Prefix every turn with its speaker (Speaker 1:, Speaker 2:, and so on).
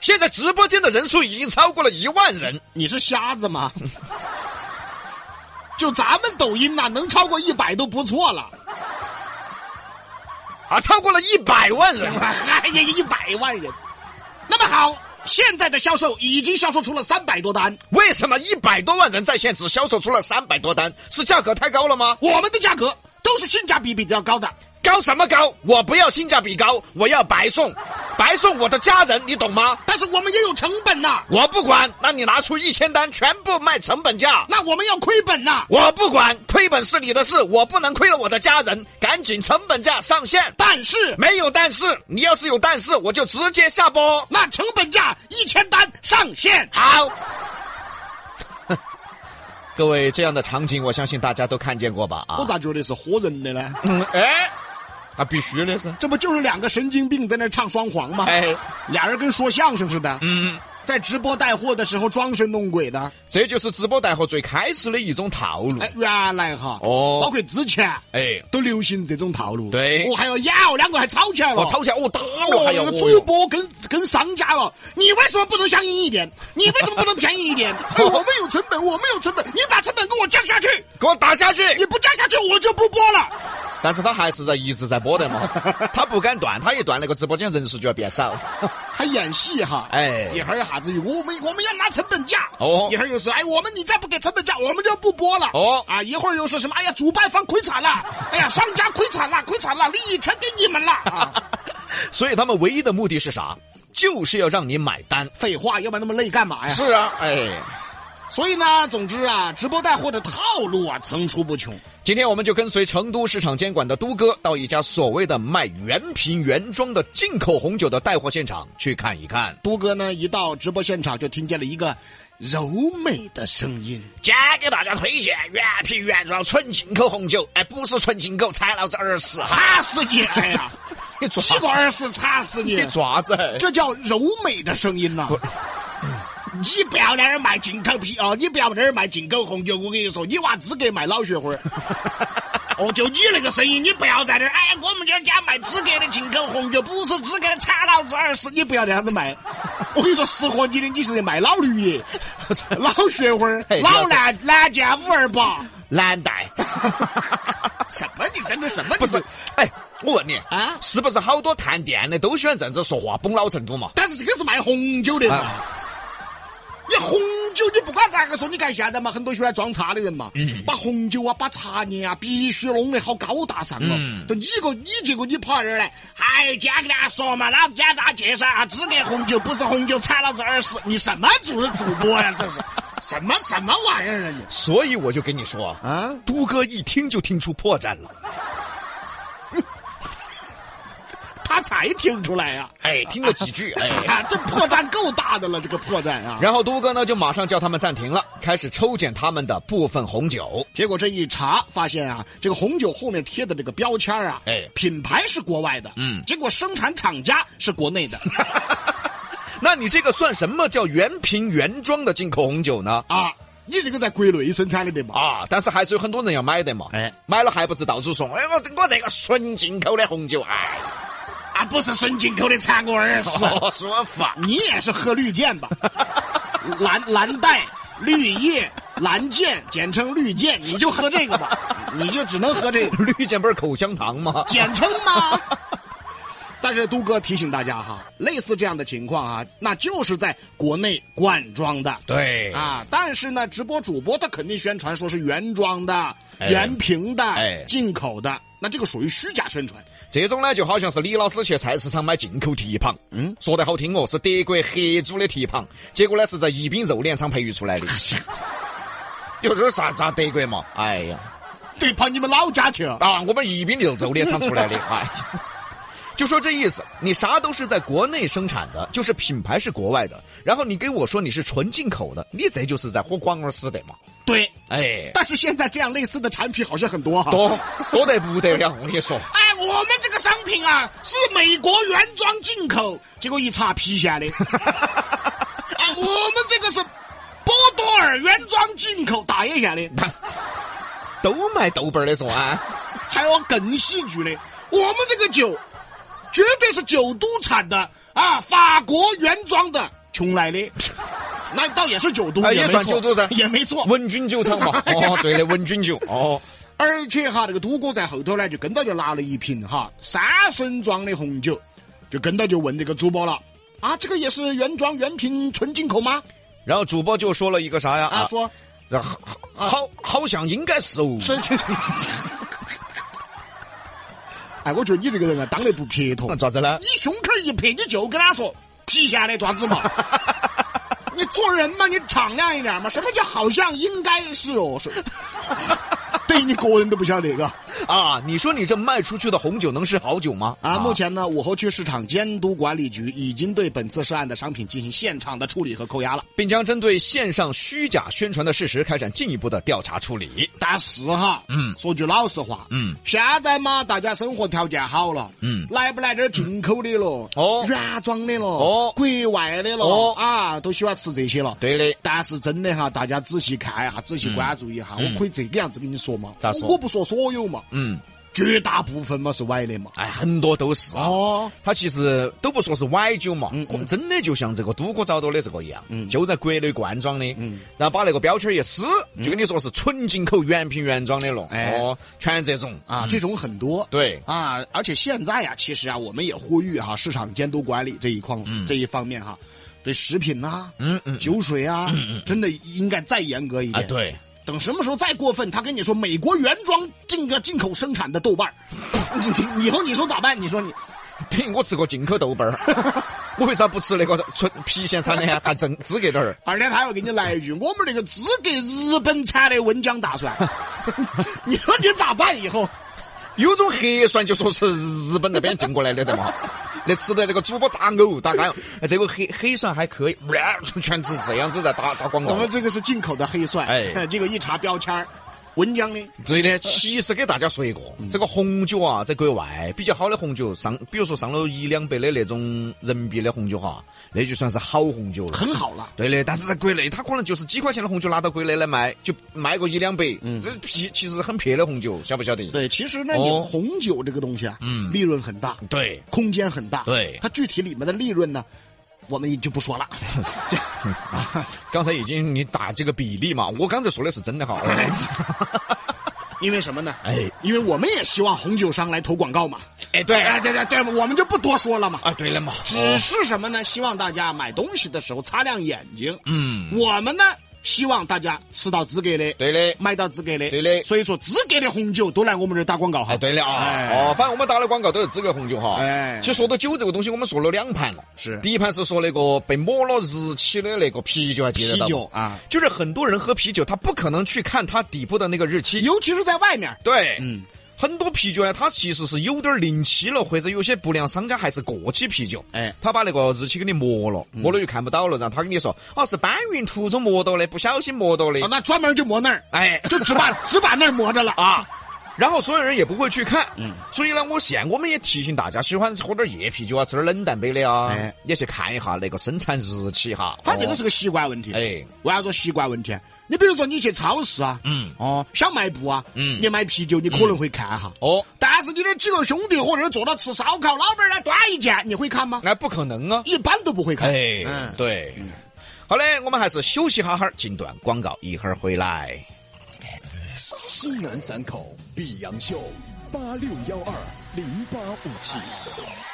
Speaker 1: 现在直播间的人数已经超过了一万人，
Speaker 2: 你是瞎子吗？ 就咱们抖音呐、能超过一百都不错了。
Speaker 1: 啊，超过了一百万人。
Speaker 2: 还有哎一百万人。那么好，现在的销售已经销售出了三百多单，
Speaker 1: 为什么一百多万人在线只销售出了三百多单？是价格太高了吗？
Speaker 2: 我们的价格都是性价比比较高的。
Speaker 1: 高什么高？我不要性价比高，我要白送，白送我的家人，你懂吗？
Speaker 2: 但是我们也有成本呐、
Speaker 1: 我不管，那你拿出一千单，全部卖成本价。
Speaker 2: 那我们要亏本呐、
Speaker 1: 我不管，亏本是你的事，我不能亏了我的家人。赶紧成本价上线，
Speaker 2: 但是
Speaker 1: 没有但是，你要是有但是，我就直接下播。
Speaker 2: 那成本价一千单上线。
Speaker 1: 好， 各位这样的场景，我相信大家都看见过吧？啊
Speaker 2: 我咋觉得是唬人的呢？
Speaker 1: 嗯，哎，啊，必须的是，
Speaker 2: 这不就是两个神经病在那唱双簧吗？
Speaker 1: 哎，
Speaker 2: 俩人跟说相声似的，
Speaker 1: 嗯，
Speaker 2: 在直播带货的时候装神弄鬼的。
Speaker 1: 这就是直播带货最开始的一种套路。
Speaker 2: 哎，原来哈，
Speaker 1: 嗯哦
Speaker 2: 包括之前
Speaker 1: 哎，
Speaker 2: 都流行这种套路。
Speaker 1: 对
Speaker 2: 我还要演哦，两个还吵起来了。
Speaker 1: 我吵起来，我打我
Speaker 2: 哦
Speaker 1: 还
Speaker 2: 那
Speaker 1: 要
Speaker 2: 个
Speaker 1: 我
Speaker 2: 主播跟跟商家了，你为什么不能相应一点？你为什么不能便宜 一点？哎我们有成本，我们有成本，你把成本给我降下去，
Speaker 1: 给我打下去。
Speaker 2: 你不降下去我就不播了。
Speaker 1: 但是他还是在一直在播的 嘛，他不敢断，他一断那个直播间人数就要变 少。
Speaker 2: 还演戏哈，
Speaker 1: 哎
Speaker 2: 一会儿啥子，我们我们要拿成本价，
Speaker 1: 哦
Speaker 2: 一会儿又说，哎，我们你再不给成本价，我们就不播了，
Speaker 1: 哦
Speaker 2: 啊，一会儿又说什么，哎呀，主办方亏惨了，哎呀，商家亏惨了，亏惨了，利益全给你们了啊。
Speaker 1: 所以他们唯一的目的是啥？就是要让你买单。
Speaker 2: 废话，要不然那么累干嘛呀？
Speaker 1: 是啊，哎，
Speaker 2: 所以呢，总之啊，直播带货的套路啊，层出不穷。
Speaker 1: 今天我们就跟随成都市场监管的都哥到一家所谓的卖原瓶原装的进口红酒的带货现场去看一看。
Speaker 2: 都哥呢，一到直播现场就听见了一个柔美的声音，
Speaker 1: 今天给大家推荐原瓶原装纯进口红酒，哎，不是纯进口，踩老子耳屎！
Speaker 2: 擦死你！哎呀，
Speaker 1: 你爪
Speaker 2: 屁股二十擦死你！
Speaker 1: 爪子？
Speaker 2: 这叫柔美的声音呐、你不要在那儿卖进口啤哦，你不要在那儿卖进口红酒。我跟你说，你娃资格卖老雪 花儿。哦，就你那个声音，你不要在那儿。哎，我们这儿家卖资格的进口红酒，不是资格的产老子二十，你不要这样子卖。我跟你说，适合你的你是卖老绿叶、老雪花儿、
Speaker 1: 哎
Speaker 2: 老南南涧五二八。
Speaker 1: 蓝 带。
Speaker 2: 什么？你真的什么？
Speaker 1: 不是？，哎，我问你
Speaker 2: 啊
Speaker 1: 是不是好多探店的都喜欢这样子说话，崩老成都嘛？
Speaker 2: 但是这个是卖红酒的嘛。
Speaker 1: 啊
Speaker 2: 你红酒，你不管咋个说，你看现在嘛，很多喜欢装叉的人嘛，把红酒啊，把茶叶啊，必须弄得好高大上哦。就你个，你结果你跑这儿来，哎，今天给大家说嘛，老子今天给大家介绍啊，资格红酒不是红酒，踩老子耳屎！你什么主主播呀、这是什么什么玩意儿啊你？
Speaker 1: 所以我就跟你说啊，
Speaker 2: 啊，
Speaker 1: 都哥一听就听出破绽了。
Speaker 2: 他才听出来呀、
Speaker 1: 哎，听了几句， 哎。
Speaker 2: 啊，这破绽够大的了，这个破绽啊！
Speaker 1: 然后都哥呢就马上叫他们暂停了，开始抽检他们的部分红酒。
Speaker 2: 结果这一查，发现啊，这个红酒后面贴的这个标签啊，
Speaker 1: 哎
Speaker 2: 品牌是国外的，
Speaker 1: 嗯
Speaker 2: 结果生产厂家是国内 的
Speaker 1: 那你这个算什么叫原瓶原装的进口红酒呢？
Speaker 2: 啊，你这个在国内生产的对吧？
Speaker 1: 啊，但是还是有很多人要买的嘛。
Speaker 2: 哎
Speaker 1: 买了还不是到处送？哎，我我这个纯进口的红酒，哎，
Speaker 2: 啊，不是纯进口的产我耳 屎，
Speaker 1: 说说法。
Speaker 2: 你也是喝绿箭吧？ 蓝蓝带、绿叶、蓝箭，简称绿箭，你就喝这个吧， 你就只能喝这个，
Speaker 1: 绿箭不是口香糖吗？
Speaker 2: 简称嘛。 但是都哥提醒大家哈，类似这样的情况啊，那就是在国内灌装的。
Speaker 1: 对
Speaker 2: 啊，但是呢，直播主播他肯定宣传说是原装的、
Speaker 1: 哎
Speaker 2: 原瓶的、
Speaker 1: 哎
Speaker 2: 进口的，那这个属于虚假宣传。
Speaker 1: 这种呢，就好像是李老师去菜市场买进口蹄膀，嗯，说得好听哦，是德国黑猪的蹄膀，结果呢是在宜宾肉联厂培育出来的。有这啥啥德国嘛？哎呀，
Speaker 2: 对，跑你们老家去了。
Speaker 1: 啊，我们宜宾肉肉联厂出来的，哎呀。就说这意思，你啥都是在国内生产的，就是品牌是国外的，然后你给我说你是纯进口的，你这就是在喝光儿死的嘛？
Speaker 2: 对，
Speaker 1: 哎，
Speaker 2: 但是现在这样类似的产品好像很多哈。
Speaker 1: 多多得不得了，我跟你说，
Speaker 2: 哎，我们这个商品啊是美国原装进口，结果一查皮下的。啊，我们这个是波多尔原装进口，打一下的。
Speaker 1: 都卖豆瓣儿的说啊。
Speaker 2: 还有更戏剧的，我们这个酒绝对是九都产的啊，法国原装的，邛崃的，那倒也是九都，
Speaker 1: 哎也
Speaker 2: 没
Speaker 1: 算
Speaker 2: 错
Speaker 1: 九都噻
Speaker 2: 也没错。
Speaker 1: 文君酒厂 嘛，
Speaker 2: 哎
Speaker 1: 哦，对的，文君酒，哦，
Speaker 2: 而且哈，这个都哥在后头呢，就跟到就拿了一瓶哈三升装的红酒，就跟到就问这个主播了啊，这个也是原装原瓶纯进口吗？
Speaker 1: 然后主播就说了一个啥呀？
Speaker 2: 啊， 说啊
Speaker 1: 然后好好好像应该是哦，
Speaker 2: 这。 哎，我觉得你这个人啊，当得不撇脱。
Speaker 1: 咋子呢
Speaker 2: 你？胸口一拍，你就跟他说皮下的爪 子嘛。你做人嘛，你敞亮一点嘛。什么叫好像应该是哦？ 是，对你个人都不晓得个。
Speaker 1: 啊，你说你这卖出去的红酒能是好酒吗？
Speaker 2: 啊，目前呢，武侯区市场监督管理局已经对本次涉案的商品进行现场的处理和扣押了。
Speaker 1: 并将针对线上虚假宣传的事实开展进一步的调查处理。
Speaker 2: 但是哈，
Speaker 1: 嗯
Speaker 2: 说句老实话，
Speaker 1: 嗯，
Speaker 2: 现在嘛，大家生活条件好了，
Speaker 1: 嗯
Speaker 2: 来不来点进口的咯？
Speaker 1: 哦
Speaker 2: 原装的咯？
Speaker 1: 哦
Speaker 2: 国外的
Speaker 1: 哦
Speaker 2: 咯？啊，都喜欢吃这些了。
Speaker 1: 对的，
Speaker 2: 但是真的哈，大家仔细看一下，仔细关注一下，我可以这个样子跟你说嘛。
Speaker 1: 嗯咋说
Speaker 2: 我不说所有嘛，
Speaker 1: 嗯，
Speaker 2: 绝大部分嘛是歪的嘛。
Speaker 1: 哎，很多都是啊。
Speaker 2: 哦，
Speaker 1: 他其实都不说是歪酒嘛，
Speaker 2: 嗯
Speaker 1: 可能真的就像这个都哥找到的这个一样，就在国内灌装的，
Speaker 2: 嗯
Speaker 1: 然后把那个标签一撕，就跟你说是纯进口原瓶原装的了，
Speaker 2: 哎
Speaker 1: 哦，全这种
Speaker 2: 啊，这种很多。
Speaker 1: 对
Speaker 2: 啊，而且现在呀，其实啊，我们也呼吁哈、市场监督管理这一框、这一方面哈、对食品呐、
Speaker 1: 嗯嗯啊
Speaker 2: 酒水啊，真的应该再严格一点。，
Speaker 1: 对，
Speaker 2: 等什么时候再过分，他跟你说美国原装进个进口生产的豆瓣儿，你你以后你说咋办？你说你
Speaker 1: 听我吃过进口豆瓣儿，我 为啥不吃那个纯郫县产的呀？还正资格点儿。
Speaker 2: 二天他又给你来一句，我们那个资格日本产的温江大 蒜，你说你咋办以后？
Speaker 1: 有种核算就说是日本那边进过来的的嘛，那吃的那个主播打呕打干，哎，这个黑黑蒜还可以， 全是这样子在打打广
Speaker 2: 我
Speaker 1: 告
Speaker 2: 们。这个是进口的黑蒜，
Speaker 1: 哎
Speaker 2: 这个一查标签儿，温江的。
Speaker 1: 对的，其实给大家说一个，这个红酒啊，在国外比较好的红酒上，比如说上了一两百的那种人民币的红酒哈，那就算是好红酒了。
Speaker 2: 很好了。
Speaker 1: 对的，但是在国内，它可能就是几块钱的红酒拿到国内来卖，就卖个一两百，这是皮其实很撇的红酒，晓不晓得？
Speaker 2: 嗯对，其实呢，
Speaker 1: 哦
Speaker 2: 你红酒这个东西啊，
Speaker 1: 嗯
Speaker 2: 利润很大，
Speaker 1: 对，
Speaker 2: 空间很大。
Speaker 1: 对
Speaker 2: 它具体里面的利润呢，我们就不 说了。
Speaker 1: 刚才已经你打这个比例嘛，我刚才说的是真的哈。
Speaker 2: 哎因为什么呢？
Speaker 1: 哎
Speaker 2: 因为我们也希望红酒商来投广告嘛。
Speaker 1: 哎，对
Speaker 2: 哎，对对对，我们就不多说了嘛。
Speaker 1: 啊，对了嘛，
Speaker 2: 只是什么呢？希望大家买东西的时候擦亮眼睛。
Speaker 1: 嗯，
Speaker 2: 我们呢，希望大家吃到资格的，
Speaker 1: 对的，
Speaker 2: 买到资格的，
Speaker 1: 对的
Speaker 2: 所以说，资格的红酒都来我们这儿打广告哈。
Speaker 1: 哎，对了啊
Speaker 2: 哎，
Speaker 1: 哦，反正我们打的广告都是资格红酒哈。
Speaker 2: 哎
Speaker 1: 其实说到酒这个东西，我们说了两盘了。
Speaker 2: 是
Speaker 1: 第一盘是说那个被抹了日期的那个啤酒，还记得
Speaker 2: 啤
Speaker 1: 到吗
Speaker 2: 酒，啊，
Speaker 1: 就是很多人喝啤酒，他不可能去看它底部的那个日期。
Speaker 2: 尤其是在外面，
Speaker 1: 对，
Speaker 2: 嗯，
Speaker 1: 很多啤酒啊，它其实是有点儿临期了，或者有些不良商家还是过期啤酒。
Speaker 2: 哎嗯
Speaker 1: 他把那个日期给你磨了，磨了又看不到了，然后他跟你说，哦，是搬运途中磨到的，不小心磨到的
Speaker 2: 啊，。那专门就磨那儿，
Speaker 1: 哎，
Speaker 2: 就 只把只把那儿磨着了啊。
Speaker 1: 啊，然后所有人也不会去看。
Speaker 2: 嗯
Speaker 1: 所以呢，我现我们也提醒大家，喜欢喝点夜啤酒啊，吃点冷淡杯的啊，
Speaker 2: 哎
Speaker 1: 也去看一下那个生产日期哈。
Speaker 2: 它这个
Speaker 1: 哦
Speaker 2: 是个习惯问题。
Speaker 1: 哎，
Speaker 2: 为啥说习惯问题？你比如说你去超市啊，
Speaker 1: 嗯，
Speaker 2: 哦，想卖布啊，
Speaker 1: 嗯
Speaker 2: 你买啤酒，你可能会看哈。
Speaker 1: 哦，
Speaker 2: 但是你这几个兄弟伙在这儿坐到吃烧烤，老板儿来端一件，你会看吗？
Speaker 1: 那不可能啊。
Speaker 2: 一般都不会看。
Speaker 1: 哎，
Speaker 2: 嗯，
Speaker 1: 对。好嘞，我们还是休息哈哈儿，进段广告，一会儿回来。
Speaker 3: 西南散口碧阳秀八六幺二零八五七。